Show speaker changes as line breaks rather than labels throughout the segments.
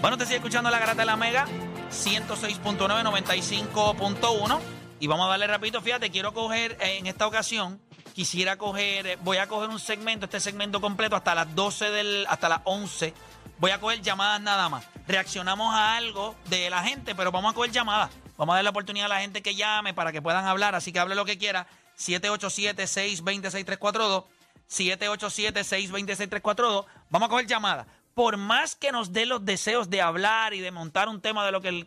Bueno, te sigue escuchando la garata de la Mega, 106.9, 95.1. Y vamos a darle rapidito, fíjate, quiero coger eh, en esta ocasión, quisiera coger, eh, voy a coger un segmento, este segmento completo hasta las 12 del, hasta las 11. Voy a coger llamadas nada más. Reaccionamos a algo de la gente, pero vamos a coger llamadas. Vamos a dar la oportunidad a la gente que llame para que puedan hablar, así que hable lo que quiera. 787 626 342 787-626-342. Vamos a coger llamada. Por más que nos dé los deseos de hablar y de montar un tema de lo que el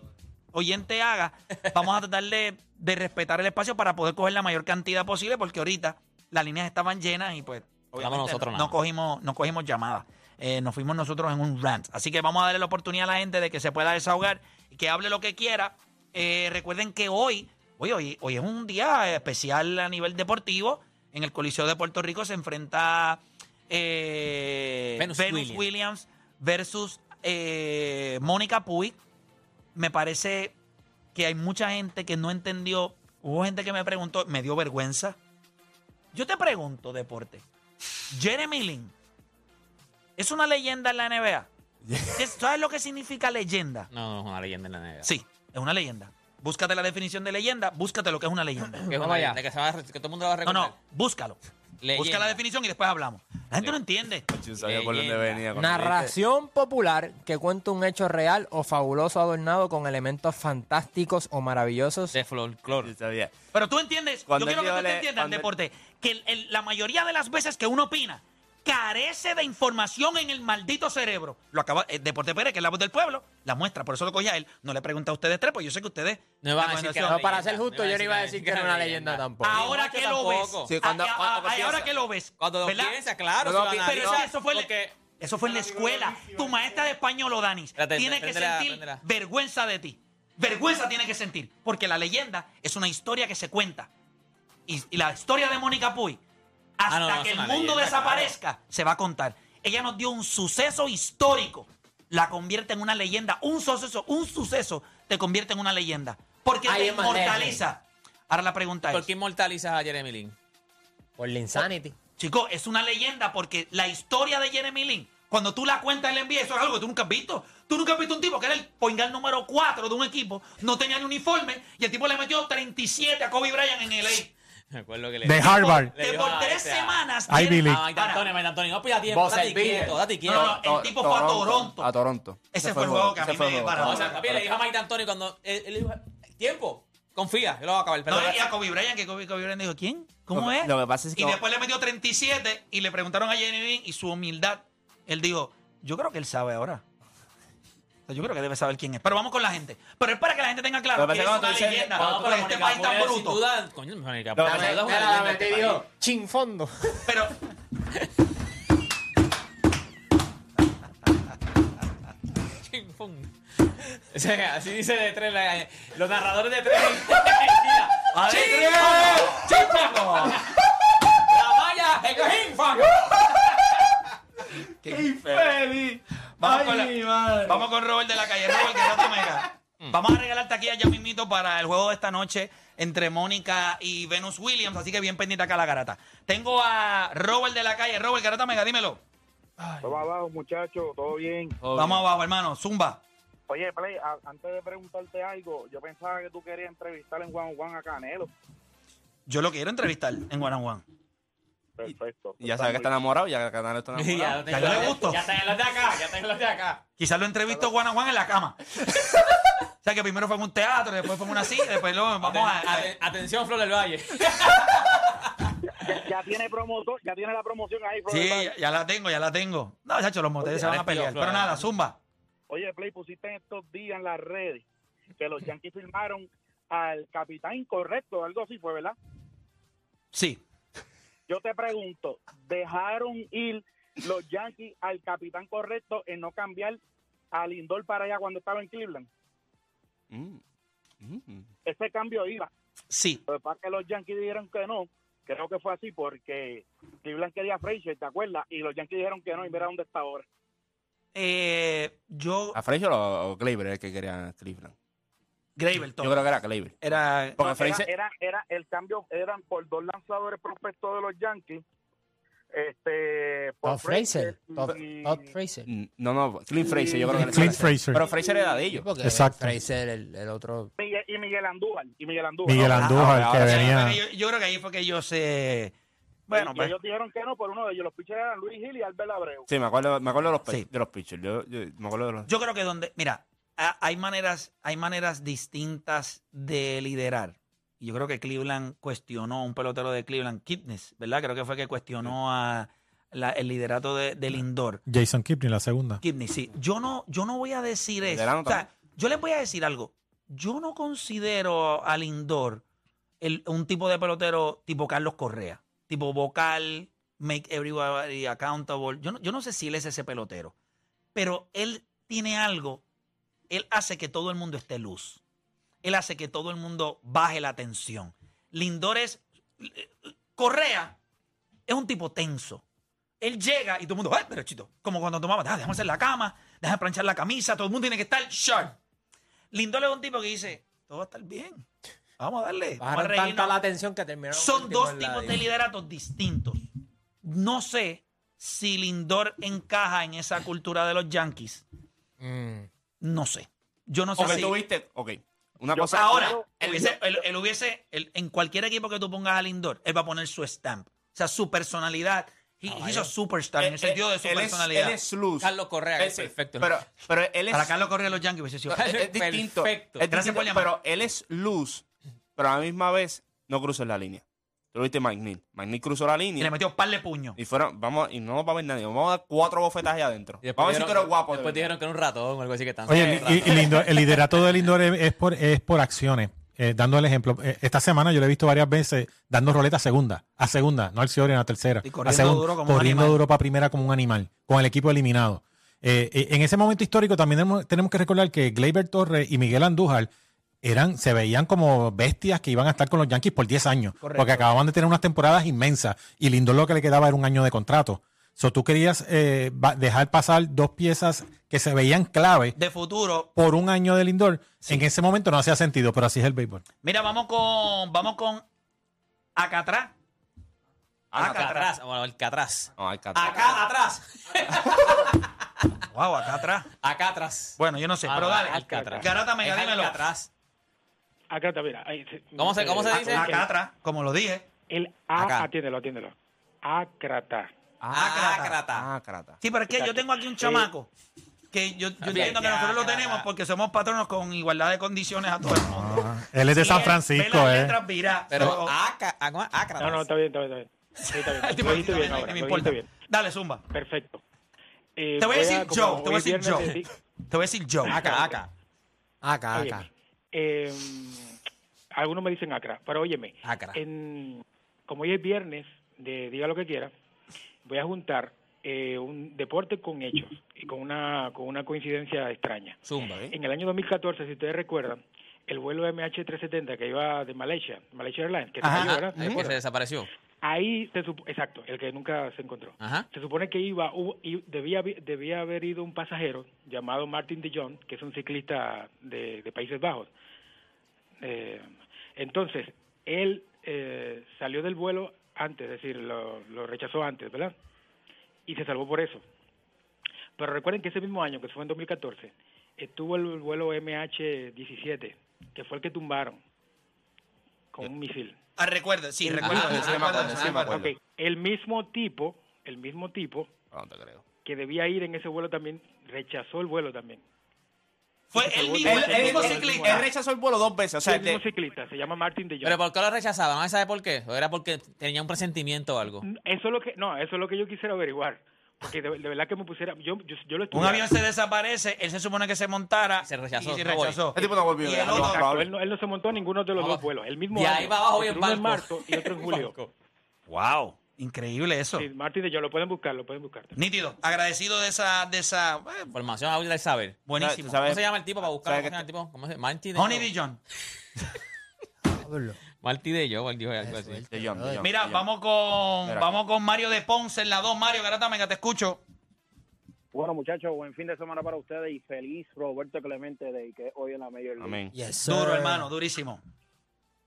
oyente haga, vamos a tratar de, de respetar el espacio para poder coger la mayor cantidad posible, porque ahorita las líneas estaban llenas y pues obviamente
nosotros
no,
nada.
no cogimos, no cogimos llamadas. Eh, nos fuimos nosotros en un rant. Así que vamos a darle la oportunidad a la gente de que se pueda desahogar y que hable lo que quiera. Eh, recuerden que hoy, hoy, hoy, hoy es un día especial a nivel deportivo. En el Coliseo de Puerto Rico se enfrenta eh,
Venus Williams.
Williams versus eh, Mónica Puig. Me parece que hay mucha gente que no entendió. Hubo gente que me preguntó, me dio vergüenza. Yo te pregunto, deporte. Jeremy Lin es una leyenda en la NBA. ¿Qué- ¿Sabes lo que significa leyenda?
No, no es una leyenda en la negra.
Sí, es una leyenda. Búscate la definición de leyenda, búscate lo que es una
Que
leyenda.
es una
Vamos allá.
leyenda que, se va a- que todo el mundo la va a
No,
recordar.
no, búscalo.
Leyenda.
Busca la definición y después hablamos. La gente no entiende.
Yo sabía por dónde
Leyenda.
venía. cuando dijiste.
Narración popular que cuenta un hecho real o fabuloso adornado con elementos fantásticos o maravillosos.
De folclore.
Yo sabía.
Pero tú entiendes, yo
Cuando
quiero que
yo
tú te
le-
entiendas el
cuando-
deporte, que el- el- la mayoría de las veces que uno opina carece de información en el maldito cerebro. Lo acaba eh, Deporte Pérez, que es la voz del pueblo, la muestra, por eso lo cogí a él. No le pregunté a ustedes tres, pues yo sé que ustedes...
No iban a
la
decir que
conversación-
era
No, para
leyenda,
ser justo,
no iba
yo no iba a decir que era una leyenda tampoco.
Ahora
Ni
que
mucho
lo ves.
tampoco.
Sí, cuando-
Ah, ah,
cuando
ah,
piensa-
ahora que lo ves.
Cuando lo
¿verdad?
piensa, claro.
Cuando
se
lo
van a
Pero es que
analizar,
eso fue, en la-
porque-
eso fue en la escuela. Tu maestra de español o Danis
Espérate,
tiene que
préndela,
sentir
préndela.
vergüenza de ti. Vergüenza tiene que sentir. Porque la leyenda es una historia que se cuenta. Y, y la historia de Mónica Puy, hasta
Ah, no, no,
que
es
el
una
mundo
leyenda,
desaparezca, se va a contar. Ella nos dio un suceso histórico. La convierte en una leyenda. Un suceso, un suceso te convierte en una leyenda. Porque
Ahí
te
es más lejos.
inmortaliza. Ahora la pregunta es.
¿Por qué inmortalizas a Jeremy Lin?
Por la insanity.
Chicos, es una leyenda porque la historia de Jeremy Lin, cuando tú la cuentas en el NBA, eso es algo que tú nunca has visto. Tú nunca has visto un tipo que era el poingal número 4 de un equipo, no tenía ni uniforme y el tipo le metió 37 a Kobe Bryant en LA.
Me acuerdo que le
De Harvard.
Le
Que
dio
por
a
tres
este, a-
semanas.
Ivy
tiene-
League.
A Mike D'Antoni, Mike D'Antoni. No, pues ya tiempo.
Vos
Date
servir.
quieto, date
No,
quieto.
no, no, el tipo fue a Toronto.
A Toronto.
Ese fue el juego que a mí
ese fue el
me
juego.
paró.
No, o sea, papi, le dijo a Mike D'Antoni cuando... Él él le dijo, tiempo, confía, yo lo voy a acabar. Pero
No, y a Kobe Bryant, que Kobe, Kobe Bryant dijo, ¿quién? ¿Cómo
Lo que-
es?
lo que pasa es que-
y después le metió 37 y le preguntaron a Jeremy Lin y su humildad. Él dijo, yo creo que él sabe ahora. O sea, Yo creo que debe saber quién es. Pero vamos con la gente. Pero es para que la gente tenga claro
Lo que
que es
pasa es que
una
cuando tú dices-
leyenda.
No,
pero
pero
este
Mónica
país tan
Puig, sin
bruto.
duda, Coño, Mónica
No,
Puig,
pero-
sin duda es una
Era
leyenda
la
este
metí,
país.
dijo, chin fondo.
Pero
Chimpum. O sea, así dice de tres la- los narradores de tres. Mira, a de tres. Chimpum. La malla es Chimpum.
vamos, con la- vamos con Robert de la calle. Robert, que no te mega.
Mm.
Vamos a regalarte aquí allá mismito para el juego de esta noche entre Mónica y Venus Williams. Así que bien pendiente acá la garata. Tengo a Robert de la calle. Robert, garata mega, dímelo.
Vamos abajo, muchachos, todo bien.
Vamos abajo, hermano. Zumba.
Oye, Play, a- antes de preguntarte algo, yo pensaba que tú querías entrevistar en Juan Juan a Canelo.
Yo lo quiero entrevistar en One on One.
Perfecto.
Y Ya sabes que está enamorado, ya que Canal está enamorado.
Ya,
Ya yo le gusto.
Ya están los de acá, ya están los de acá.
Quizás lo entrevisto One on One en la cama. o sea que primero fue en un teatro, después fue en una silla, después lo vamos a. a-
Aten- Atención, Flor del Valle.
Ya, ya tiene promotor, ya tiene la promoción ahí. Flor
sí,
del Valle.
ya, ya la tengo, ya la tengo. No, chacho, los moteles se van a
respiro,
pelear.
Flor,
Pero nada, zumba.
Oye, Play, pusiste en estos días en las redes que los Yankees firmaron al capitán incorrecto, algo así fue, ¿verdad?
Sí.
Yo te pregunto, ¿dejaron ir los Yankees al capitán correcto en no cambiar a Lindor para allá cuando estaba en Cleveland.
Mm. Mm.
Ese cambio iba.
Sí,
Lo que pasa es que los Yankees dijeron que no. Creo que fue así porque Cleveland quería a Frazier, ¿te acuerdas? Y los Yankees dijeron que no y mira dónde está ahora.
eh, yo,
¿A Frazier o, o Gleyber el que quería Cleveland?
Gravel,
Yo creo que era Gleyber.
era,
Porque
era,
Frazier-
era, era el cambio, eran por dos lanzadores prospectos de los Yankees. Este, por
Todd Fraser. Todd
y-
Todd Fraser.
No, no, Clint Fraser, yo creo que era
Clint
ese.
Fraser.
Pero Fraser era de ellos.
Porque
Exacto.
Fraser, el, el otro.
Miguel- y Miguel Andújar. Y Miguel Andújar.
Miguel
ahora-
Andújar,
ahora-
que
ahora sí,
venía.
Pero yo, yo creo que ahí fue que yo sé, bueno,
Y- y
pues,
ellos dijeron que no por uno de ellos. Los pitchers eran Luis Gil y Albert Abreu.
Sí, me acuerdo, me acuerdo de, los, pe-
Sí.
de los pitchers. Yo, yo- me acuerdo de los.
yo creo que donde, mira, a- hay maneras, hay maneras distintas de liderar. Y Yo creo que Cleveland cuestionó, un pelotero de Cleveland, Kipnis, ¿verdad? Creo que fue que cuestionó a la- el liderato de, de Lindor.
Jason Kipling, la segunda.
Kidney, sí. Yo no, yo no voy a decir eso.
Verano
O sea, yo les voy a decir algo. Yo no considero al Lindor el- un tipo de pelotero tipo Carlos Correa, tipo vocal, make everybody accountable. Yo no, yo no sé si él es ese pelotero, pero él tiene algo. Él hace que todo el mundo esté luz. Él hace que todo el mundo baje la tensión. Lindor es. Correa es un tipo tenso. Él llega y todo el mundo, ¡ay, pero chito! Como cuando tomaba, ah, déjame hacer la cama, déjame planchar la camisa, todo el mundo tiene que estar sharp. Lindor es un tipo que dice, todo va a estar bien. Vamos a darle. Vamos a
Bajaron tanta
reírnos".
la atención que terminaron.
Son
últimos
dos
en la
tipos
liga.
de lideratos distintos. No sé si Lindor encaja en esa cultura de los Yankees.
Mm.
No sé. Yo no sé
Ok,
si...
tú viste. Ok. Una
Yo-
cosa.
Ahora,
Yo-
él hubiese, él- él hubiese- él- en cualquier equipo que tú pongas a Lindor, él va a poner su stamp. O sea, su personalidad.
Ah,
He, he's a superstar en el sentido de su
Eh, él es-
personalidad.
él es luz.
Carlos Correa, que es
Ese,
perfecto.
Pero, pero él es.
Para Carlos Correa de los Yankees hubiese sido-
es, es distinto.
Perfecto.
Es
Gracias
distinto,
por llamar.
Pero él es luz, pero a la misma vez no cruza la línea. Tú lo viste Mike Neal. Mike Neal cruzó la
Y le
línea.
metió un par de puños.
Y fueron, vamos, y no nos va a ver nadie. Vamos a dar cuatro bofetas allá adentro.
Y después
Vamos a ver si tú
dijeron-
eres guapo. de
Después
verdad.
dijeron que era un ratón o algo así que tan.
Oye, y- y- y Lindor- el liderato de Lindor es es por, es por acciones. Eh, dando el ejemplo, eh, esta semana yo lo he visto varias veces dando roleta a segunda, a segunda, no al Ciori, a tercera.
Y
a
corriendo
segunda,
duro como un
corriendo
animal.
duro para primera como un animal, con el equipo eliminado. Eh, eh, en ese momento histórico también tenemos, tenemos que recordar que Gleyber Torres y Miguel Andújar eran, se veían como bestias que iban a estar con los Yankees por 10 años,
Correcto.
porque acababan de tener unas temporadas inmensas y Lindor lo que le quedaba era un año de contrato. So, tú querías eh, ba- dejar pasar dos piezas que se veían clave
De futuro.
por un año del indoor, en ese momento no hacía sentido, pero así es el béisbol.
Mira, vamos con. Vamos con. Acá atrás.
Ah,
Acá atrás. Bueno, el que atrás.
No, hay Catra.
Acá atrás. wow, acá atrás.
Acá atrás.
Bueno, yo no sé,
Ah,
pero dale.
Alcatraz.
Garata Mega,
Es
dímelo.
Alcatraz.
Acá está, mira. ahí se-
¿Cómo se- cómo se
eh,
dice?
el-
Acá atrás, como lo dije.
El A,
Acá.
atiéndelo, atiéndelo. Acrata.
Acrata.
Acrata.
Ah, Catra.
Sí, pero es que yo tengo aquí un chamaco que yo, yo entiendo que nosotros lo tenemos porque somos patronos con igualdad de condiciones a todo el mundo.
Él es de
Y
San
él
Francisco,
ve las
¿eh?
letras viradas.
Pero
So,
acá, ah, ¿cómo es? Acratas.
No, no, está bien, está bien, está bien. Sí, está bien.
el tipo
Lo
aquí
dijiste
no
bien
me-
ahora,
me
lo
importa.
dijiste bien.
Dale, zumba.
Perfecto. Eh,
Te voy a decir
como
Joe, te voy
hoy
a decir
viernes
Joe.
de ti-
Te voy a decir Joe.
Acá, acá.
Acá,
Óyeme,
acá.
eh, algunos me dicen Acra, pero óyeme,
Acra.
en- como hoy es viernes, de diga lo que quiera, voy a juntar eh, un deporte con hechos y con una, con una coincidencia extraña.
Zumba, ¿eh?
En el año 2014, si ustedes recuerdan, el vuelo MH370 que iba de Malaysia, Malaysia Airlines, que se
Ajá,
cayó,
ajá,
¿verdad? ¿Se
el
pues
que se
acuerdan?
desapareció.
Ahí se supo, exacto, el que nunca se encontró.
Ajá.
Se supone que iba, hubo- y debía, habi- debía haber ido un pasajero llamado Martin de Jong, que es un ciclista de, de Países Bajos. Eh, entonces, él eh, salió del vuelo antes, es decir, lo, lo rechazó antes, ¿verdad? Y se salvó por eso. Pero recuerden que ese mismo año, que fue en 2014, estuvo el vuelo MH17, que fue el que tumbaron con un misil.
Ah, recuerda, sí, recuerda.
Ajá, sí, me acuerdo, sí, me acuerdo.
Ok, El mismo tipo, el mismo tipo
No, no te creo.
que debía ir en ese vuelo también, rechazó el vuelo también.
Fue el mismo,
Él,
el,
él-
mismo
él-
ciclista.
él rechazó el vuelo dos veces. O sea, este
el mismo
de-
ciclista, se llama Martin de Jong.
¿Pero por qué lo rechazaban? ¿No sabe por qué? ¿O era porque tenía un presentimiento o algo?
Eso es lo que, no, eso es lo que yo quisiera averiguar. Porque de, de verdad que me pusiera, yo, yo, yo lo
Un
estudié.
avión se desaparece, él se supone que se montara.
Y se rechazó,
y se
no voy.
rechazó.
el este tipo no volvió.
Y el
No,
otro-
probable.
él, no, él no se montó en ninguno de los
Ah,
dos vuelos, el mismo
Y
año,
ahí va abajo y
entre
en
uno en
barco.
marzo y otro en julio.
Barco.
Wow. Increíble eso.
Sí, Martín de John, lo pueden buscar, lo pueden buscar.
Nítido. Agradecido de esa, de esa. eh,
Formación Águila del Saber.
buenísimo.
Tú sabes-
¿Cómo se llama el tipo para buscar?
¿Sabes
¿Cómo
que-
se llama el tipo? ¿Cómo se llama? Marty de
Honey Dijon.
Pablo.
Marty de yo, Marty de algo así.
Suerte,
De John, de
brother.
John.
Mira,
Yo.
vamos con
Mira.
vamos con Mario de Ponce en la 2. Mario, Garata Mega, te escucho.
Bueno, muchachos, buen fin de semana para ustedes y feliz Roberto Clemente Day, que es hoy en la Major League.
Amén.
Yes, sir.
Duro, hermano, durísimo.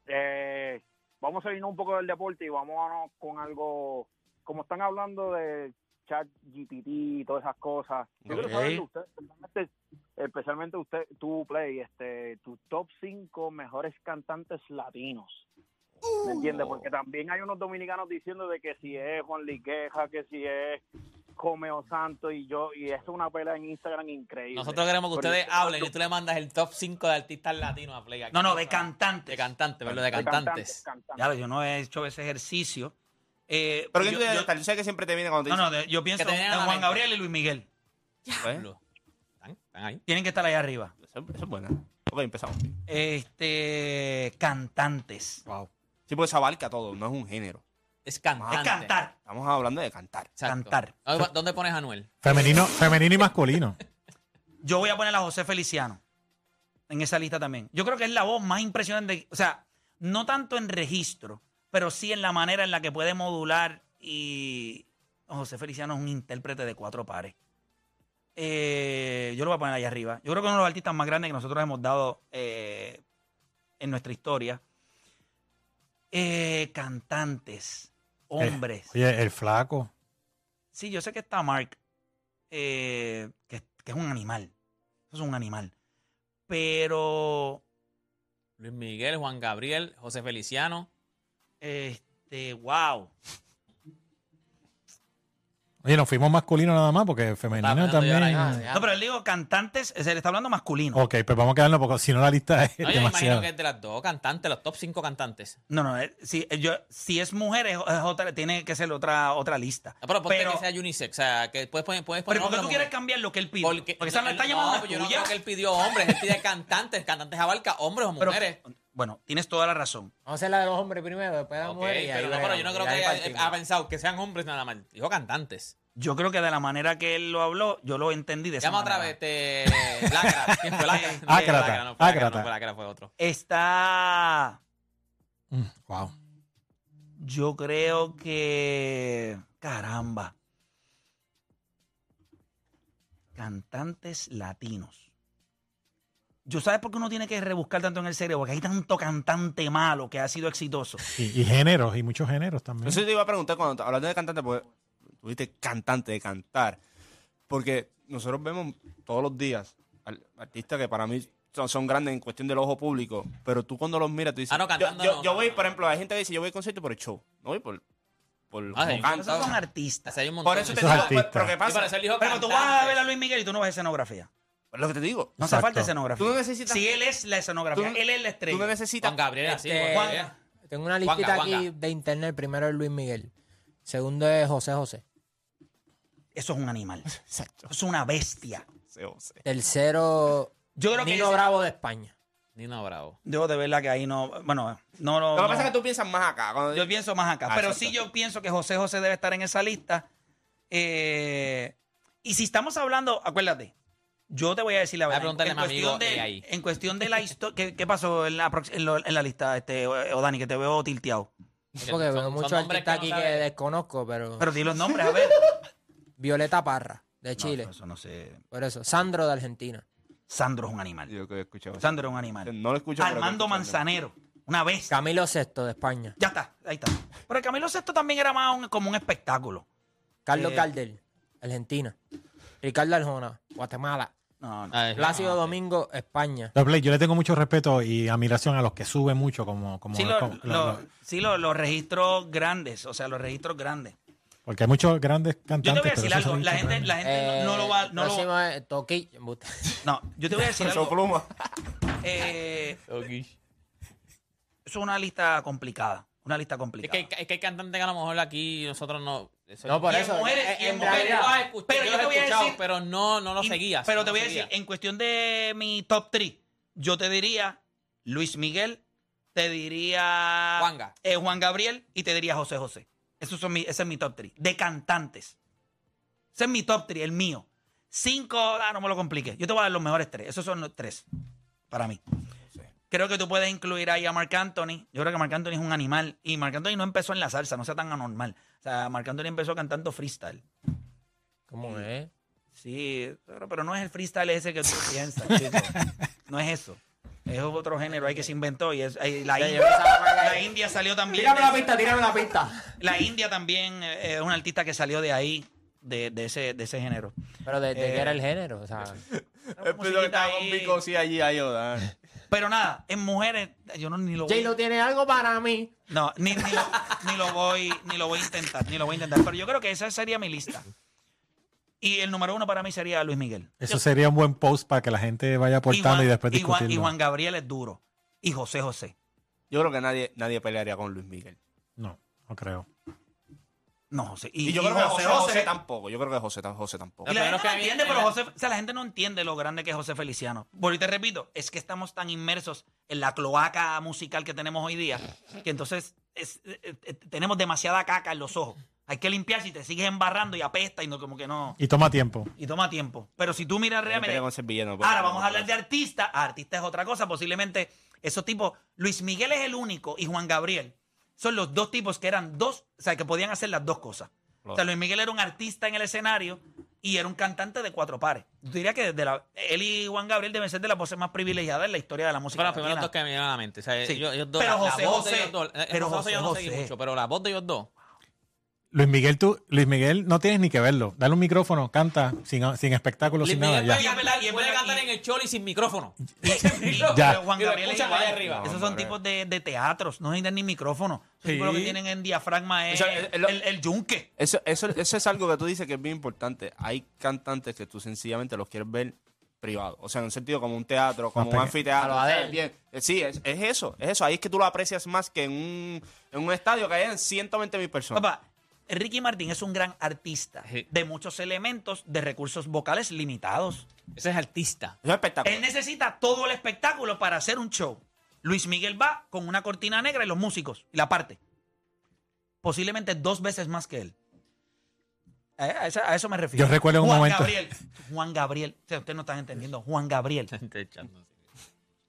Eh, vamos a irnos un poco del deporte y vámonos con algo, como están hablando de chat GPT y todas esas cosas. Yo quiero
Ok.
saber de usted, especialmente, especialmente usted, tu play, este, tu top 5 mejores cantantes latinos. ¿Me entiendes? Porque también hay unos dominicanos diciendo de que si es Juan Liqueja, que si es Comeo Santo y yo, y es una pelea en Instagram increíble.
Nosotros queremos que
Pero-
ustedes hablen y tú le mandas el top 5 de artistas latinos a Play. aquí.
No, no, de
De
cantantes.
cantantes, perdón, de
de
cantantes.
cantantes.
Ya, yo no he hecho ese ejercicio. Eh,
Pero
yo-
¿quién tú debes
yo-
de estar? Yo sé que siempre te viene cuando
No,
te dicen.
no, de- yo pienso
te
en
vienen a la
Juan
mente.
Gabriel y Luis Miguel.
Bueno,
¿Están? ¿Están ahí?
Tienen que estar ahí arriba.
"Pues, eso, eso es buena. Ok, empezamos.
Este, cantantes.
Sí, porque se abarca todo, no es un género.
Es cantante.
Es cantar.
Estamos hablando de cantar.
Exacto.
cantar.
¿Dónde- ¿Dónde pones a Anuel?
Femenino, femenino y masculino.
Yo voy a poner a José Feliciano en esa lista también. Yo creo que es la voz más impresionante. O sea, no tanto en registro, pero sí en la manera en la que puede modular. Y José Feliciano es un intérprete de cuatro pares. Eh, yo lo voy a poner ahí arriba. Yo creo que uno de los artistas más grandes que nosotros hemos dado eh, en nuestra historia. Eh, cantantes, hombres.
Oye, el flaco.
Sí, yo sé que está Mark, eh, que, que es un animal. Eso es un animal. Pero,
Luis Miguel, Juan Gabriel, José Feliciano.
este, wow.
Oye, nos fuimos masculino nada más porque femenino
Está hablando yo
también.
ahora mismo.
No, Ah, pero él digo cantantes, se le está hablando masculino.
Ok, pues vamos a quedarnos porque si no la lista es
No, yo me imagino
demasiado.
que es de las dos cantantes, los top 5 cantantes.
No, no, eh, si, eh, yo, si es mujer, es, es otra, tiene que ser otra, otra lista.
No, Ah, pero ponte
Pero-
que sea unisex, o sea, que puedes poner, puedes
Pero
poner
¿por qué tú
hombre o
quieres
mujer.
cambiar lo que él pide? Porque, esa la está
no,
llamando
pues yo
la
no
tuya.
creo que él pidió hombres, él pide cantantes, cantantes abarca hombres o
Pero-
mujeres.
bueno, tienes toda la razón.
Vamos a hacer la de los hombres primero, después de la
Ok,
mujer. y ahí
pero, no, pero yo no
bregamos,
creo
y
que
ahí
haya eh,
partimos.
ha pensado que sean hombres nada más. Dijo cantantes.
Yo creo que de la manera que él lo habló, yo lo entendí de esa
Llama
manera.
otra vez, te... Lacra. ¿Quién fue Lacra? No,
Ácrata,
Lacra no fue Lacra,
ácrata.
no fue Lacra, fue otro.
Está...
Mm, wow.
Yo creo que. Caramba. Cantantes latinos. Yo sabes por qué uno tiene que rebuscar tanto en el cerebro, porque hay tanto cantante malo que ha sido exitoso.
Y, y géneros, y muchos géneros también.
Eso te iba a preguntar cuando hablando de cantante, porque tuviste cantante de cantar. Porque nosotros vemos todos los días al- artistas que para mí son, son grandes en cuestión del ojo público, pero tú cuando los miras, tú dices.
Ah, no,
yo-
cantando
yo,
no,
yo
no,
voy,
no,
por
no.
ejemplo, hay gente que dice: Yo voy al concierto por el show, no voy por. por
Ah,
como
sí.
canta.
Esos son
O
artistas.
sea, hay un montón.
Por eso te
Eso es
digo,
artista.
pero ¿qué
Sí, pero
pasa?
ese él dijo
Pero tú vas a ver a Luis Miguel y tú no ves escenografía.
Es lo que te digo.
No
Exacto.
hace falta escenografía.
Tú no necesitas-
Si él es la escenografía,
Tú no-
él es la
Tú no Eh,
estrella.
necesitas.
Juan Gabriel, así.
Este,
Juan Gabriel.
Tengo una listita
Juanga,
aquí
Juanga.
de internet. Primero es Luis Miguel. Segundo es José José.
Eso es un animal.
Exacto.
Eso es una bestia.
Sí, o sea.
Tercero,
Yo creo que
Nino
ese-
Bravo de España.
Nino Bravo.
Yo de verdad que ahí no. Bueno, no, no.
Lo que
no.
pasa es que tú piensas más acá. cuando-
Yo pienso más acá.
Ah,
pero
exacto.
sí yo pienso que José José debe estar en esa lista. Eh, y si estamos hablando, acuérdate, yo te voy a decir la
Voy a
verdad.
preguntarle a mi amigo
de,
Eli ahí.
en cuestión de la historia, ¿qué, qué pasó en la, prox- en lo- en la lista, este, o- o Dani, que te veo tilteado?
Porque
son-
veo
son
muchos
nombres
artistas
que
aquí
no
que
sabe.
desconozco, pero...
Pero di los nombres, a ver.
Violeta Parra, de Chile.
No, eso no sé.
Por eso. Sandro de Argentina.
Sandro es un animal.
Yo que he escuchado.
Sandro es un animal.
No lo escucho. pero lo he
Armando
escuchado.
Manzanero, una bestia.
Camilo VI de España.
Ya está, ahí está. Pero Camilo Sexto también era más un- como un espectáculo.
Carlos
Eh,
Gardel, Argentina. Ricardo Arjona, Guatemala.
No, no.
Ah, es-
Plácido
ah, ok.
Domingo, España.
Pero, Blake, yo le tengo mucho respeto y admiración a los que suben mucho como... como,
Sí, lo-
como-
lo-
lo-
sí, lo- los registros grandes, o sea, los registros grandes.
porque hay muchos grandes
Yo te
cantantes.
voy a decir
pero esos
algo,
son
la gente,
grandes.
la gente
Eh,
no lo va, no lo
próximo es Toki. embuste.
no, yo te voy a decir
Peso
algo.
pluma.
eh, es una lista complicada, una lista
Es
complicada.
que, hay- es que hay cantantes que a lo mejor aquí nosotros no. eso-
No, por
Y en
eso.
mujeres,
eh,
y en
en
mujeres,
realidad-
pues, Yo los escuché,
Pero yo
los
te voy a
he escuchado,
decir-
pero no, no lo
Y-
seguías.
Pero
no
te
lo
voy a
seguías.
decir, en cuestión de mi top 3, yo te diría Luis Miguel, te diría
Juanga.
eh, Juan Gabriel y te diría José José. Esos son mi- ese es mi top 3. De cantantes. Ese es mi top 3, el mío. Cinco, ah, no me lo compliques. Yo te voy a dar los mejores tres. Esos son los tres para mí. Creo que tú puedes incluir ahí a Marc Anthony. Yo creo que Marc Anthony es un animal. Y Marc Anthony no empezó en la salsa, no sea tan anormal. O sea, Marc Anthony empezó cantando freestyle.
¿Cómo es?
Sí, pero, pero no es el freestyle ese que tú piensas, chico. No es eso. Es otro género ahí que se inventó. Y es, ahí la, India, la India salió también.
Tírame
de-
la pista, tírame la pista.
la India también eh, es un artista que salió de ahí, de, de ese, de ese género.
Pero de, de
Eh,
qué era el género, o sea.
Es que estaba con
ahí.
Vico, sí, allí, ahí, o da.
Pero nada, en mujeres, yo no ni lo voy,
J-Lo tiene algo para mí.
no, ni, ni lo, ni lo voy, ni lo voy a intentar, ni lo voy a intentar. Pero yo creo que esa sería mi lista. Y el número uno para mí sería Luis Miguel.
Eso sería un buen post para que la gente vaya aportando y,
Juan-
después
y Juan-
discutirlo.
y Juan Gabriel es duro. Y José José.
Yo creo que nadie, nadie pelearía con Luis Miguel.
No, no creo.
No, José.
Y, yo creo que José, José, tampoco. Yo creo que José, José tampoco.
Y la
Lo primero
gente no
que vi
entiende,
en
pero
la-
José, o sea, la gente no entiende lo grande que es José Feliciano. Bueno, y te repito, es que estamos tan inmersos en la cloaca musical que tenemos hoy día, que entonces es- eh, eh, tenemos demasiada caca en los ojos. Hay que limpiar si te sigues embarrando y apesta y no como que no.
Y toma tiempo.
Y toma tiempo. Pero si tú miras
Nadie pelea
realmente.
con Sevillano, pues.
Ahora vamos a hablar de artistas. Ah, artista es otra cosa. Posiblemente esos tipos. Luis Miguel es el único y Juan Gabriel son los dos tipos que eran dos, o sea, que podían hacer las dos cosas. O sea, Luis Miguel era un artista en el escenario y era un cantante de cuatro pares. Yo diría que desde la, él y Juan Gabriel deben ser de las voces más privilegiadas en la historia de la música.
Fueron los primeros
latina.
dos que me vinieron a la mente. O sea,
Sí.
ellos- ellos dos,
Pero
la- la
José
voz
José,
de ellos dos. eh,
pero
José José yo no
José
seguí
José.
mucho, pero la voz de ellos dos.
Luis Miguel, tú, Luis Miguel, no tienes ni que verlo. Dale un micrófono, canta sin, sin espectáculo,
Luis
sin
Miguel
nada.
puede,
Ya.
cantar-
Y en
puede
verdad-
cantar
y-
en el choli sin micrófono.
Ya.
Pero Juan
Y lo
Gabriel es
escuchan
igual.
allá arriba.
Esos son tipos de, de teatros, no necesitan ni micrófono. Esos
Sí.
tipos lo que tienen en diafragma es
O sea, es lo-
el, el yunque.
Eso, eso, eso es algo que tú dices que es bien importante. Hay cantantes que tú sencillamente los quieres ver privados. O sea, en un sentido como un teatro, como un
pequeño.
anfiteatro.
A lo
¿sabes?
Adele.
Bien. Eh, Sí, es, es eso. Es eso. Ahí es que tú lo aprecias más que en un, en un estadio que hayan 120 mil personas.
Papá, Ricky Martín es un gran artista
Sí.
de muchos elementos, de recursos vocales limitados.
Ese es artista.
Eso es espectacular.
Él necesita todo el espectáculo para hacer un show. Luis Miguel va con una cortina negra y los músicos, y la parte. Posiblemente dos veces más que él. A, a eso, a eso me refiero.
Yo recuerdo un
Juan
momento-
Gabriel. Juan Gabriel. O sea, ustedes no están entendiendo. Juan Gabriel.
Te echando así.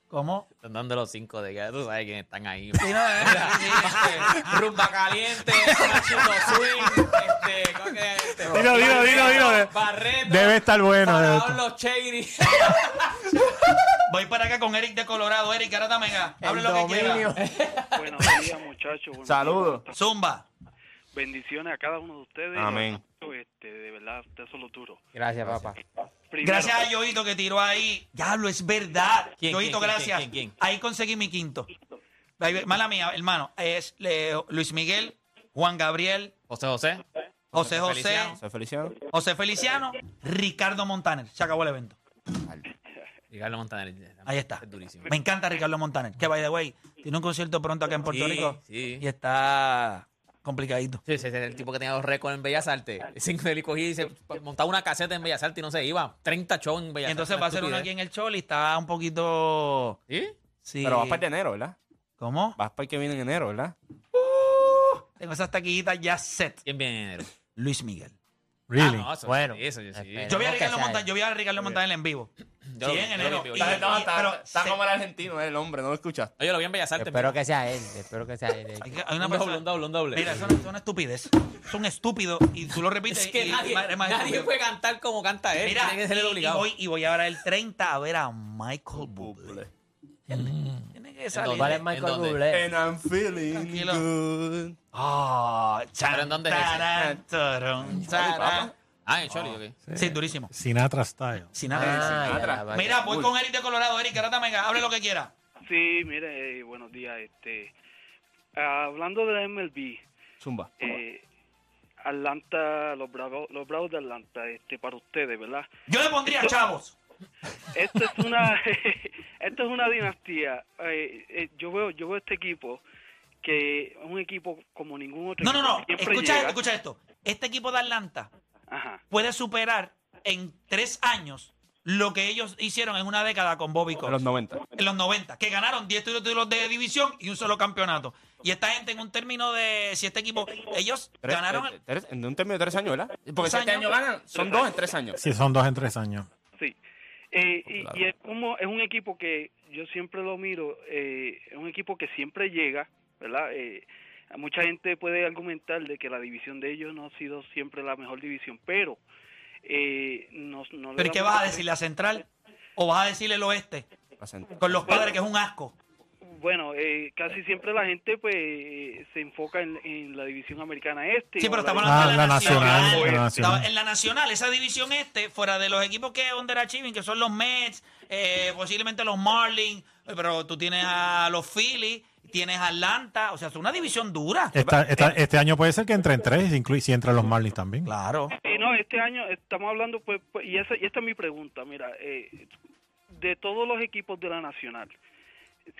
¿Cómo?
Están dando los cinco de que tú sabes quiénes están ahí.
Sí, no, eh.
Mira, sí, este, rumba caliente, machito swing, este, ¿cómo que es este?
Dilo, dilo, dilo, dilo. De-
Barreto,
Debe estar bueno. debe
Faraón,
estar-
los Cheiri.
Voy para acá con Eric de Colorado. Eric, ahora dame acá. Hable
El
lo que
dominio.
quiera.
Buenos días, muchachos. Buenos
Saludos.
días.
Zumba.
Bendiciones a cada uno de ustedes.
Amén.
Este, de verdad, ustedes son los duros.
Gracias, papá.
Primero,
Gracias a Yoito que tiró ahí. Ya lo es verdad.
¿Quién,
Yoito,
quién, quién,
gracias.
quién, quién, quién?
Ahí conseguí mi quinto. Ahí- Mala mía, hermano. Es eh, Luis Miguel, Juan Gabriel,
José José.
José José,
Feliciano.
¿Se feliciano?
José Feliciano, Ricardo Montaner. Se acabó el evento.
Ricardo Montaner.
Ahí está.
Ah, Es durísimo.
Me encanta Ricardo Montaner. Que by the way, tiene un concierto pronto acá en Puerto
Sí,
Rico.
sí.
Y está complicadito.
Sí, ese es el tipo que tenía los récords en Bellas Artes. Sin feliz cogía y se montaba una caseta en Bellas Artes y no se iba. 30 shows en Bellas Artes.
Y entonces va a ser uno aquí en el Choli. Está un poquito.
¿Sí?
Sí.
Pero vas para el de enero, ¿verdad?
¿Cómo?
Vas para el que viene en enero, ¿verdad?
Tengo esas taquillitas ya set.
¿Quién viene en enero?
Luis Miguel.
Really.
Ah, no, eso,
Bueno.
sí, eso, yo sí.
Espera.
Yo vi,
Tenemos
a
que
Ricardo
hacer.
Montaner, yo vi a Ricardo Montaner en vivo.
Yo
sí,
lo vi,
en
yo
enero.
lo vi, yo lo vi.
Está- está- está-
pero,
está
como el argentino, eh, el hombre, no lo escuchas.
Oye, lo vi en Bellas Artes.
Espero que sea él, espero que sea él.
Hay, que- hay una
un doble,
persona.
un doble, un doble.
Mira, eso no- eso es una estupidez. Es un estúpido y tú lo repites.
es que
y- y
nadie,
madre, más
nadie
estúpido.
puede cantar como canta él.
Mira,
tiene que ser el
y-
obligado.
Y, voy, y voy ahora el 30 a ver a Michael Bublé. Tiene- Tiene que salir.
¿Cuál
dónde?
es
¿En
Michael
dónde?
Eh,
Bublé? Ah,
And I'm feeling
Tranquilo.
good.
Ah, chan,
¿Pero en dónde es ese?
tarán, tarán, tarán.
Ah, en Choli, ok.
Sí, durísimo.
Sinatra Style.
Sin
Ah,
nada.
ya,
Sinatra.
la
que decir.
vaca.
Mira, voy con Eric de Colorado. Eric, ahora dame, hable lo que quiera.
sí, mire, eh, buenos días. Este, hablando de la MLB,
Zumba.
eh, Atlanta, los bravos, los bravos de Atlanta, este, para ustedes, ¿verdad?
Yo le pondría chavos.
Esto es una, esto es una dinastía. Eh, eh, yo veo, yo veo este equipo que es un equipo como ningún otro.
No, no,
equipo,
no.
siempre
Escucha
llega.
esto, escucha esto. Este equipo de Atlanta
Ajá.
puede superar en tres años lo que ellos hicieron en una década con Bobby Cox.
En los 90.
en los 90, que ganaron 10 títulos- títulos de división y un solo campeonato. Y esta gente en un término de, si este equipo, ellos
Tres-
ganaron
eh, tres- en un término de tres años, ¿verdad? Porque si
Tres
este año
años.
ganan, son dos en tres años.
Sí, son dos en tres años.
Sí. Eh, y,
Claro.
y es como es un equipo que yo siempre lo miro, eh, es un equipo que siempre llega, ¿verdad? Eh, mucha gente puede argumentar de que la división de ellos no ha sido siempre la mejor división, pero eh, no, no le
Pero ¿y ¿qué
damos-
vas a decir? ¿La central? ¿O vas a decirle el oeste?
La sent-
Con los padres, que es un asco.
Bueno, eh, casi siempre la gente pues eh, se enfoca en, en la división americana este.
Sí, pero
o la
estamos
división-
hablando
Ah,
de la,
la
nacional.
nacional, la
Estaba-
nacional.
En la nacional, esa división este, fuera de los equipos que underachieving, que son los Mets, eh, posiblemente los Marlins, pero tú tienes a los Phillies, tienes a Atlanta, o sea, es una división dura.
Esta- esta- este año puede ser que entre en tres, inclu- si entran los Marlins también.
Claro.
Sí, no, este año estamos hablando, pues, pues, y, esa, y esta es mi pregunta, mira, eh, de todos los equipos de la Nacional,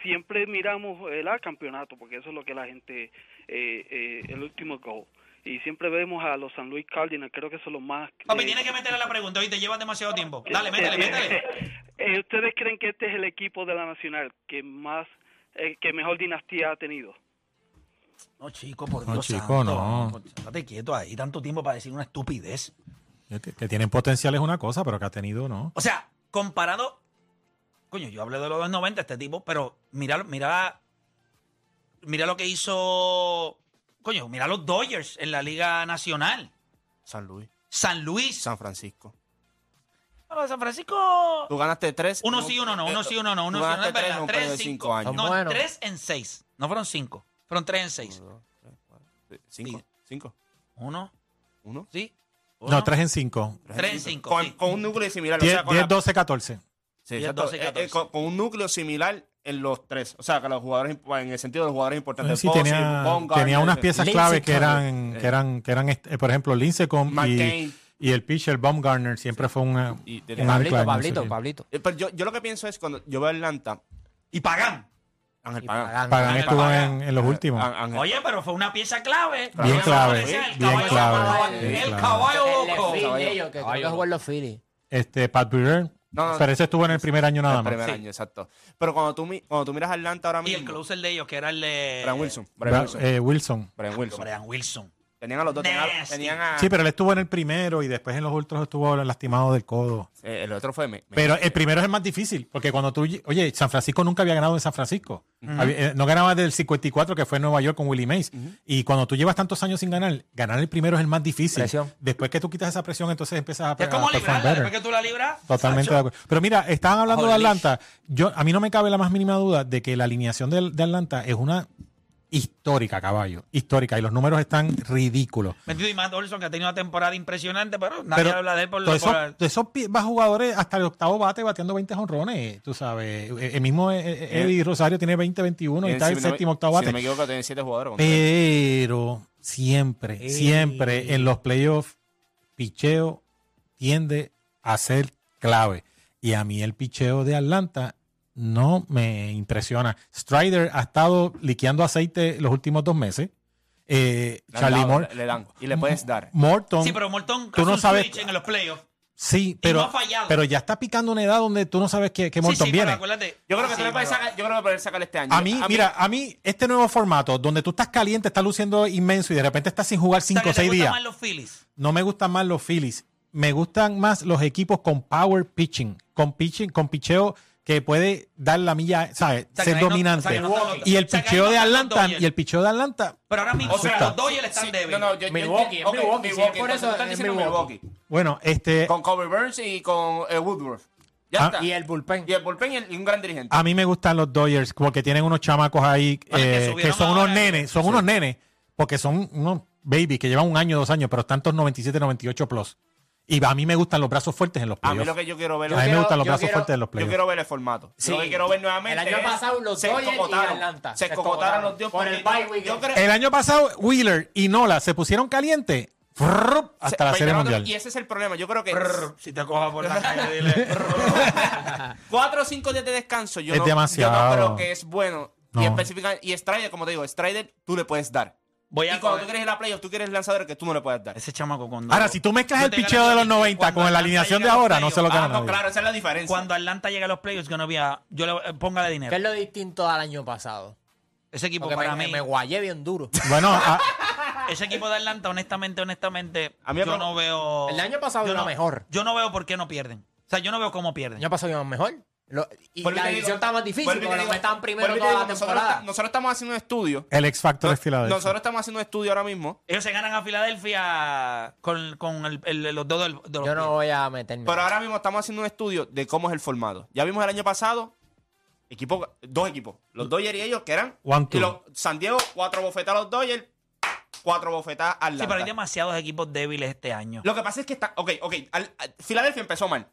siempre miramos el campeonato, porque eso es lo que la gente, eh, eh, el último goal, y siempre vemos a los San Luis Cardinals, creo que son los más...
Papi,
eh,
tienes que meterle la pregunta, hoy te llevas demasiado tiempo. Dale, métele, métele.
Eh, ¿Ustedes creen que este es el equipo de la Nacional que más, eh, que mejor dinastía ha tenido?
No, chico, por
No,
Dios
chico,
santo.
no.
Estate quieto ahí, tanto tiempo para decir una estupidez.
Que, que tienen potencial es una cosa, pero que ha tenido, ¿no?
O sea, comparado... Coño, yo hablé de los 90, este tipo, pero mira, mira, mira lo que hizo... Coño, mira los Dodgers en la Liga Nacional.
San Luis,
San Luis.
San Francisco.
Bueno, San Francisco...
Tú ganaste tres.
Uno sí, uno no, uno sí, uno no, uno
Tú
sí, uno no, es
ganaste tres en
verdad.
un
Tres
periodo
en
de cinco
cinco.
años.
No,
Bueno.
tres en seis. No fueron cinco, fueron tres en seis.
Uno, dos, tres, cuatro, sí, Cinco. Cinco.
Uno,
Uno.
sí.
No, tres en cinco.
Tres en cinco,
Con,
sí.
con un núcleo similar. o
10,
sea, con la-
12, 14.
Sí,
Diez,
exacto.
doce,
Eh, eh,
catorce.
con, con un núcleo similar en los tres. O sea, que los jugadores, imp- en el sentido de los jugadores importantes.
Sí,
Posey,
tenía,
Bumgarner,
tenía unas piezas
Lindsey
clave que
Carter,
eran,
eh,
que eran, que eran este, eh, por ejemplo, Lincecum y,
McCain.
y el pitcher Baumgartner siempre fue una,
Y tenía-
una
Pablito,
clave en
Pablito,
ese
Pablito.
Eh, Pero yo, yo lo que pienso es cuando yo veo a Atlanta,
Y pagan.
Ángel
Y
Pagán.
equipo.
Pagán.
Pagan
Ángel
estuvo
Pagán.
en, en
Ah,
los últimos.
Á- Ángel-
Oye, pero fue una pieza clave.
Bien
Vamos a
clave,
analizar el
bien
caballo-
clave,
El
bien clave.
caballo loco.
El de ellos, que creo que
Caballo
jugó en los Phillies.
Este, Pat Brewer,
No, no,
pero ese estuvo en el primer año nada
el
más.
primer
Sí.
año, exacto. Pero cuando tú, mi- cuando tú miras a Atlanta ahora
Y
mismo.
el closer de ellos, que era el de.
Brian Wilson. Brian
Bra-
Wilson.
eh, Wilson.
Brian Wilson.
Brian Wilson.
Tenían a los dos. Tenían a,
Nasty.
tenían a-
Sí, pero él estuvo en el primero y después en los ultras estuvo lastimado del codo.
eh, el otro fue. me- me-
Pero el primero es el más difícil, porque cuando tú... Oye, San Francisco nunca había ganado en San Francisco. Había- eh, no ganaba del 54, que fue en Nueva York con Willie Mays. Y cuando tú llevas tantos años sin ganar, ganar el primero es el más difícil.
Presión.
Después que tú quitas esa presión, entonces empiezas a...
Es
pegar
como librarla. Después que tú la libras.
pues, Totalmente
Sacho.
de acuerdo. Pero mira, estaban hablando de
Bajo el
Atlanta. Yo, a mí no me cabe la más mínima duda de que la alineación de, de Atlanta es una histórica, caballo. Histórica. Y los números están ridículos.
Metido y Matt Olson, que ha tenido una temporada impresionante, pero nadie
Pero
habla de él por
todos
lo
esos,
por-
todos esos pi- va jugadores hasta el octavo bate bateando 20 jonrones, tú sabes. El mismo eh, eh, Eddie Rosario tiene 20, 21 y
tienen-
está
eh, si
el
no me-
séptimo, octavo
Si no me
bate. Eh,
equivoco, tienen siete jugadores. contra él.
Pero siempre, siempre en los playoffs, picheo tiende a ser clave. Y a mí el picheo de Atlanta no me impresiona. Strider ha estado liqueando aceite los últimos dos meses. Eh,
Le han
Charlie
dado,
Mor-
le- le dan. Y le puedes dar.
Morton.
Sí, pero Morton
Tú no
hace un
sabes-
switch en los playoffs.
Sí, pero,
no ha fallado.
pero ya está picando una edad donde tú no sabes qué, qué
Sí,
Morton
sí, pero
viene.
acuérdate.
Yo creo que
Sí,
se le puede
pero-
sacar, yo creo que puede sacar este año.
A mí, mira, a mí, este nuevo formato donde tú estás caliente, estás luciendo inmenso y de repente estás sin jugar
sea,
5 o
que te
6
gustan
días.
más los Phillies.
No me gustan más los Phillies. Me gustan más los equipos con power pitching, con pitching, con picheo que puede dar la milla, ¿sabes?
sea, que
Ser
ahí no- o
dominante.
sea, que no están los-
y el
o sea, que ahí
picheo
no
de
están los
Atlanta,
Dodgers.
y el picheo de Atlanta,
Pero ahora mismo,
O sea,
los Dodgers están
Sí,
débiles.
no, yo- yo-
Milwaukee,
ok,
Milwaukee, sí, por
entonces
eso
tú estás
es
diciendo
Milwaukee.
bueno, este,
Con Kobe Burns y con eh, Woodruff. Ya
Ah,
está.
Y el bullpen.
Y el bullpen y, el- y un gran dirigente.
a mí me gustan los Dodgers porque tienen unos chamacos ahí
Oye, que
eh, que,
subieron
son unos
ahora,
nenes, son unos nenes, porque son unos babies que llevan un año, dos años, pero tantos 97, 98 plus. Y a mí me gustan los brazos fuertes en los
A mí
playoffs.
lo que yo quiero ver
a mí me
quiero-
gustan los
yo
brazos
quiero-
fuertes en los
Yo
playoffs.
quiero ver el formato.
Sí.
Lo que quiero ver nuevamente.
El año
es-
pasado los
se
Dodgers y
escocotaron.
Atlanta.
Se
Se
escocotaron los dios
escocotaron. Por el
porque
bye weekend.
Yo creo.
El Eh, año pasado, Wheeler y Nola se pusieron calientes frrrup, hasta la
se- pues,
Serie
pero no te-
Mundial.
Y ese es el problema. Yo creo que
Brr, Si te coja por la calle, dile.
cuatro o cinco días de descanso. Yo
Es
no,
demasiado.
Yo no creo que es bueno.
No.
Y específica- y Strider, como te digo, Strider, tú le puedes dar.
Voy a
y cuando tú
coger-
quieres ir a playoff, tú quieres lanzador que tú no le puedes dar.
Ese chamaco cuando.
Ahora, si tú mezclas
Yo
el
te gano
picheo de los
cuando
90 con la
Atlanta
alineación de
llega a los
ahora, no se lo
playoffs,
Ah,
gana
no,
nadie.
claro, esa es la diferencia.
Cuando Atlanta llega a los playoffs, que no había. Yo le eh, póngale
¿Qué es
dinero.
lo distinto al año pasado?
Ese equipo
Porque
pues, para
me,
mí.
me guayé bien duro.
Bueno, a-
Ese equipo de Atlanta, honestamente, honestamente,
A mí me
yo
pro-
no veo.
El año pasado
yo
era
no-
mejor.
Yo no veo por qué no pierden. O sea, yo no veo cómo
El
pierden.
año pasado íbamos mejor. Lo- y
Vuelvo y
la
te digo-
división estaba más difícil
vuelvo y te
porque nos
digo-
estaban primero
vuelvo y te
toda
digo,
la
nosotros
temporada.
esta- Nosotros estamos haciendo un estudio.
el X Factor es Filadelfia.
Nosotros estamos haciendo un estudio ahora mismo
Ellos se ganan a Filadelfia con, con el- el- los dedos del- de los
Yo
pies.
no voy a meterme.
Pero ahora mismo estamos haciendo un estudio de cómo es el formato. Ya vimos el año pasado, equipo, dos equipos, los Dodgers y ellos, que eran
One,
y
two.
los, San Diego, cuatro bofetadas a los Dodgers, cuatro bofetadas al
Sí, pero hay demasiados equipos débiles este año.
Lo que pasa es que está. Ok, ok. al- al- Filadelfia empezó mal.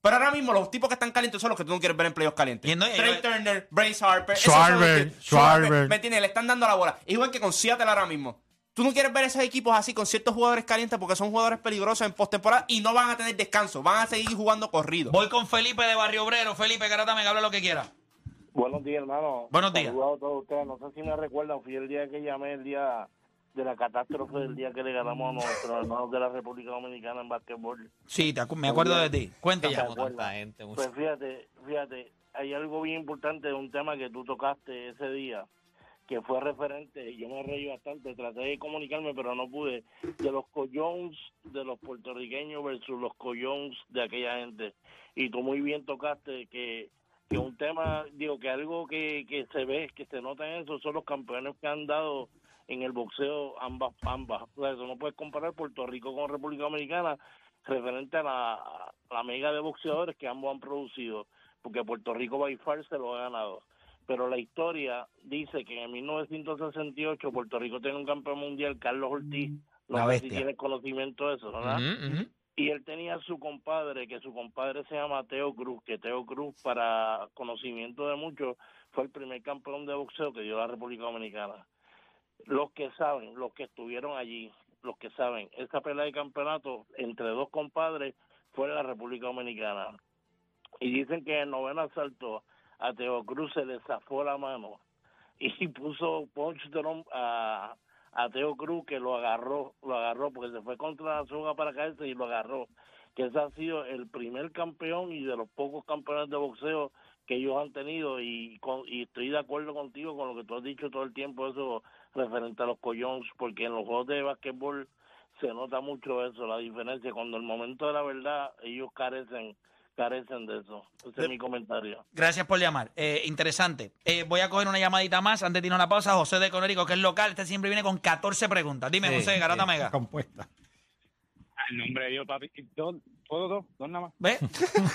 Pero ahora mismo los tipos que están calientes son los que tú no quieres ver en playoffs calientes.
Y no-
Trey
yo-
Turner, Brace Harper. esos
Schwarber,
son los que-
Schwarber.
¿Me entiendes? Le están dando la bola. Igual que con Seattle ahora mismo. Tú no quieres ver esos equipos así con ciertos jugadores calientes porque son jugadores peligrosos en postemporada y no van a tener descanso. Van a seguir jugando corrido.
Voy con Felipe de Barrio Obrero. Felipe, carátame, que habla lo que quiera.
Buenos días, hermano.
Buenos días.
Saludos a todos ustedes. No sé si me recuerdan, fui el día que llamé, el día de la catástrofe, el día que le ganamos a nuestros hermanos de la República Dominicana en básquetbol.
Sí, te acu- me acuerdo de ti. Cuéntame.
Ya, bueno.
Tanta gente, mucho.
Pues fíjate, fíjate, hay algo bien importante de un tema que tú tocaste ese día, que fue referente, y yo me reí bastante, traté de comunicarme, pero no pude, de los collones de los puertorriqueños versus los collones de aquella gente. Y tú muy bien tocaste que, que un tema, digo, que algo que, que se ve, que se nota en eso, son los campeones que han dado en el boxeo ambas, ambas. O sea, eso no puedes comparar Puerto Rico con República Dominicana, referente a la, a la mega de boxeadores que ambos han producido, porque Puerto Rico by far se lo ha ganado. Pero la historia dice que en 1968 Puerto Rico tiene un campeón mundial, Carlos Ortiz. No
La
sé si
bestia.
tienes conocimiento de eso, ¿verdad? Y él tenía a su compadre, que su compadre se llama Teo Cruz, que Teo Cruz, para conocimiento de muchos, fue el primer campeón de boxeo que dio la República Dominicana. Los que saben, los que estuvieron allí, los que saben, esta pelea de campeonato entre dos compadres fue en la República Dominicana. Y dicen que en el noveno asalto a Teo Cruz se le zafó la mano y puso punch drunk a, a Teo Cruz que lo agarró, lo agarró porque se fue contra la soga para caerse y lo agarró. Que ese ha sido el primer campeón y de los pocos campeones de boxeo que ellos han tenido y, con- y estoy de acuerdo contigo con lo que tú has dicho todo el tiempo eso referente a los collones porque en los juegos de basquetbol se nota mucho eso, la diferencia cuando el momento de la verdad ellos carecen carecen de eso. Ese es mi comentario.
Gracias por llamar. Eh, interesante. Eh, voy a coger una llamadita más antes de irnos a la pausa. José de Conérico, que es local. Este siempre viene con 14 preguntas. Dime,
Sí,
José, Garata
sí.
Mega.
compuesta.
El nombre de Dios, papi. Dos, ¿Puedo dos? ¿Dos nada más?
¿Ves?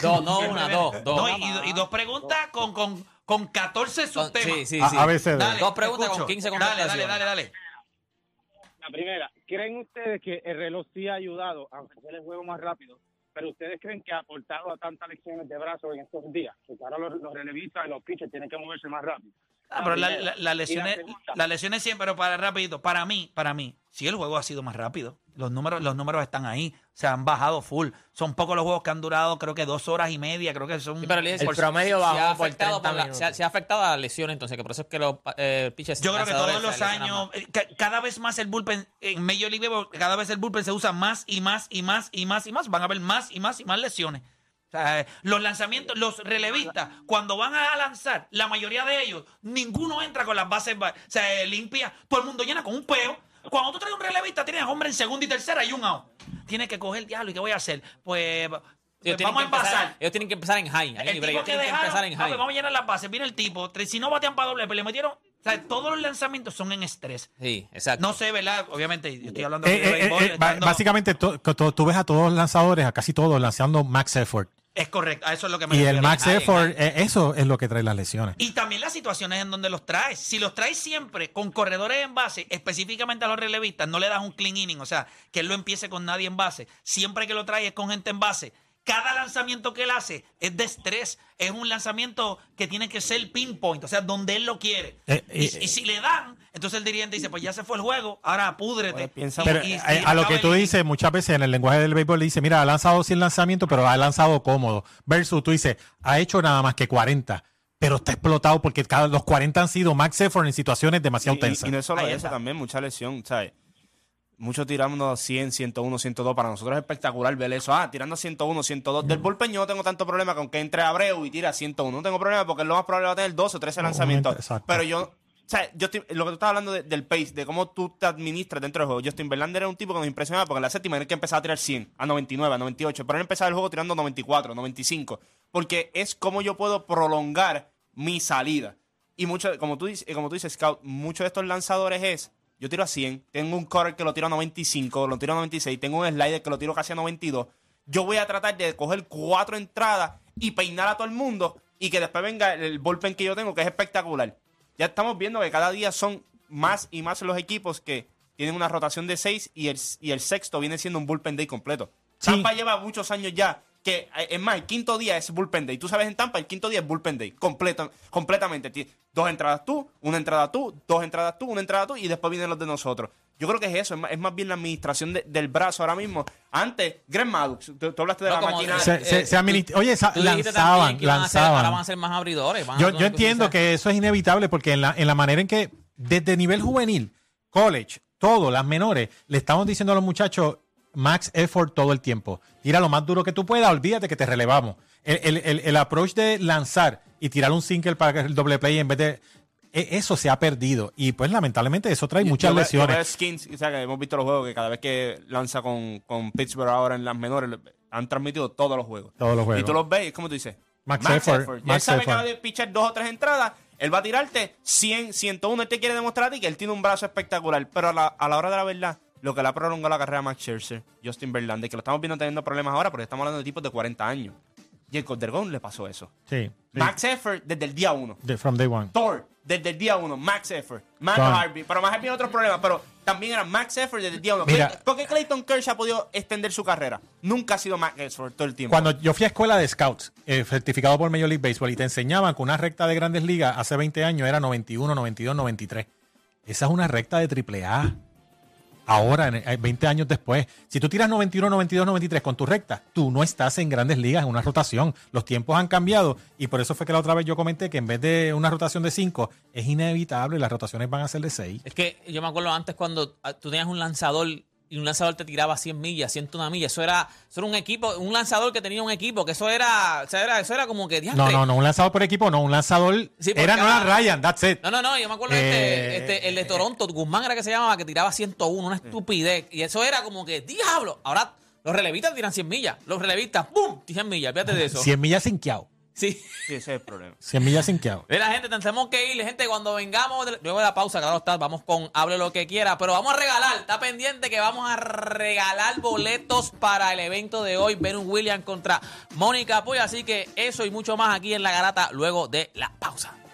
Dos, no, una, dos, dos.
No, y, y do- y dos preguntas con, con, con 14
Con-
subtemas.
Sí, sí, sí.
A, veces
Dale. Dos preguntas
escucho.
con 15
Dale, dale,
contestaciones.
dale, dale.
La primera, ¿creen ustedes que el reloj sí ha ayudado a hacer el juego más rápido? Pero ustedes creen que ha aportado a tantas lecciones de brazos en estos días, porque ahora los, los relevistas y los pitchers tienen que moverse más rápido.
Ah, pero la- la-
primera.
las
Y la
lesiones,
segunda.
las lesiones siempre, pero para rapidito, para mí, para mí, sí el juego ha sido más rápido. Los números, los números están ahí, se han bajado full. Son pocos los juegos que han durado, creo que dos horas y media, creo que son.
Sí, pero le
El promedio
se
bajó
ha
por
afectado
30
por la-
minutos.
se, ha, se ha afectado a las lesiones, entonces, que por eso es que los eh, pitchers.
Yo creo que
lanzadores
todos los
se lesionan
años,
más.
eh, ca- cada vez más el bullpen, en Major League Baseball, cada vez el bullpen se usa más y más y más y más y más. Van a haber más y más y más lesiones. O sea, eh, los lanzamientos, los relevistas, cuando van a lanzar, la mayoría de ellos, ninguno entra con las bases ba- o sea, eh, limpias. Todo el mundo llena con un peo. Cuando tú traes un relevista, tienes hombre en segunda y tercera y un out. Tienes que coger el diablo. ¿Y qué voy a hacer? Pues, pues
Ellos tienen
vamos a
que empezar-
envasar.
Ellos tienen que empezar en high. ahí
El
ni break,
tipo
ellos
que
tienen que
dejaron,
empezar en
"Ah, pues
high.
vamos a llenar las bases. Viene el tipo, tres- si no batean para doble, pero le metieron. O sea, todos los lanzamientos son en estrés.
Sí, exacto.
No sé, ¿verdad? Obviamente, yo estoy hablando
Eh,
de
eh,
béisbol,
eh,
estoy
ba-
dando-
Básicamente, to- co- to- tú ves a todos los lanzadores, a casi todos, lanzando max effort.
Es correcto, a eso es lo que me
Y el
refiero. Ah,
max
ahí,
effort, eh, eso es lo que trae las lesiones.
Y también las situaciones en donde los traes. Si los traes siempre con corredores en base, específicamente a los relevistas, no le das un clean inning, o sea, que él lo empiece con nadie en base. Siempre que lo traes es con gente en base. Cada lanzamiento que él hace es de estrés, es un lanzamiento que tiene que ser pinpoint, o sea, donde él lo quiere.
Eh,
y,
eh,
y si le dan, entonces el dirigente dice, pues ya se fue el juego, ahora púdrete.
Pues piensa-
Y-
Pero
y- y
eh, a lo
acaba
que
el
tú
inning.
dices, muchas veces en el lenguaje del béisbol le dice, mira, ha lanzado 100 lanzamientos, pero ha lanzado cómodo. Versus tú dices, ha hecho nada más que 40. pero está explotado porque cada, los 40 han sido Max Effort en situaciones demasiado
Y- y-
tensas.
Y, no es solo
Ahí
eso,
está.
también mucha lesión, ¿sabes? Muchos tirando a 100, 101, 102. Para nosotros es espectacular ver eso. Ah, tirando a 101, 102. Del bullpen yo no tengo tanto problema con que entre Abreu y tira a 101. No tengo problema porque él lo más probable va a tener 12 o 13
Un
lanzamientos.
momento, exacto.
Pero yo, ¿sabes? Yo estoy- lo que tú estás hablando de- del pace, de cómo tú te administras dentro del juego. Justin Verlander era un tipo que nos impresionaba porque en la séptima era el que empezaba a tirar 100, a 99, a 98. Pero él empezaba el juego tirando 94, 95. Porque es como yo puedo prolongar mi salida. Y mucho, como tú, dices- como tú dices, Scout, muchos de estos lanzadores es, yo tiro a 100, tengo un cutter que lo tiro a 95, lo tiro a 96, tengo un slider que lo tiro casi a 92. Yo voy a tratar de coger cuatro entradas y peinar a todo el mundo y que después venga el bullpen que yo tengo, que es espectacular. Ya estamos viendo que cada día son más y más los equipos que tienen una rotación de 6 y el, y el sexto viene siendo un bullpen day completo.
Sí.
Tampa lleva muchos años ya que, eh, es más, el quinto día es bullpen day. Tú sabes en Tampa, el quinto día es bullpen day. Completa, completamente. Ti- Dos entradas tú, una entrada tú, dos entradas tú, una entrada tú y después vienen los de nosotros. Yo creo que es eso, es más, es más bien la administración de- del brazo ahora mismo. Antes, Greg Maddux, tú, tú hablaste de
No,
la
como-
máquina.
Se- se- se administra- oye, sa-
Eh, Tú dijiste
lanzaban,
también que iban a ser- ahora
lanzaban.
van a ser más abridores.
Ah,
van a
Yo,
tener
yo entiendo
utilizar-
que eso es inevitable porque en la, en la manera en que desde nivel juvenil, college, todo, las menores, le estamos diciendo a los muchachos max effort todo el tiempo. Tira lo más duro que tú puedas, olvídate que te relevamos. El, el- el- el approach de lanzar y tirar un single para que el doble play en vez de... e- Eso se ha perdido y pues lamentablemente eso trae
Yo-
muchas
yo veo- yo
lesiones.
veo skins, o sea, que hemos visto los juegos que cada vez que lanza con, con Pittsburgh ahora en las menores, han transmitido todos los juegos.
Todos los juegos.
Y tú los ves y es como tú dices.
Max effort,
Y él
max
sabe que va
effort.
a pichar dos o tres entradas. Él va a tirarte 100, 101. Él te quiere demostrar a ti que él tiene un brazo espectacular. Pero a la, a la hora de la verdad, lo que le ha prolongado la carrera a Max Scherzer, Justin Verlander, que lo estamos viendo teniendo problemas ahora porque estamos hablando de tipos de 40 años. Jacob Dergón le pasó eso.
Sí, sí.
Max Effort desde el día uno.
De- from day one.
Thor desde el día uno, Max Effort, Matt
Claro.
Harvey, pero Matt Harvey tiene otros problemas, pero también era Max Effort desde el día uno.
Mira.
¿Por- ¿Por qué Clayton Kershaw ha podido extender su carrera? Nunca ha sido Max Effort todo el tiempo.
Cuando yo fui a escuela de scouts, eh, certificado por Major League Baseball, y te enseñaban que una recta de grandes ligas hace 20 años era 91, 92, 93. Esa es una recta de triple A. Ahora, en- eh, 20 años después, si tú tiras 91, 92, 93 con tu recta, tú no estás en grandes ligas, en una rotación. Los tiempos han cambiado y por eso fue que la otra vez yo comenté que en vez de una rotación de 5, es inevitable, las rotaciones van a ser de 6.
Es que yo me acuerdo antes cuando ah, tú tenías un lanzador y un lanzador te tiraba 100 millas, 101 millas. Eso era, eso era un equipo, un lanzador que tenía un equipo, que eso era, o sea, era- eso era como que
No,
diantre.
no, no, un lanzador por equipo, no, un lanzador
Sí, por
era
cada-
Nolan Ryan, that's it.
No, no, no, yo me acuerdo
Eh,
este, este, el de Toronto, Guzmán era que se llamaba, que tiraba 101, una estupidez. Y eso era como que, diablo, ahora los relevistas tiran 100 millas, los relevistas, ¡pum! 100 millas, fíjate de eso.
100 millas sinqueado.
Sí.
Sí, ese es el problema.
100 millas sinqueado.
Mira, gente, tenemos que ir. Gente, cuando vengamos, de- luego de la pausa, claro está, vamos con hable lo que quiera, pero vamos a regalar. Está pendiente que vamos a regalar boletos para el evento de hoy. Venus Williams contra Mónica Puy. Así que eso y mucho más aquí en La Garata, luego de la pausa.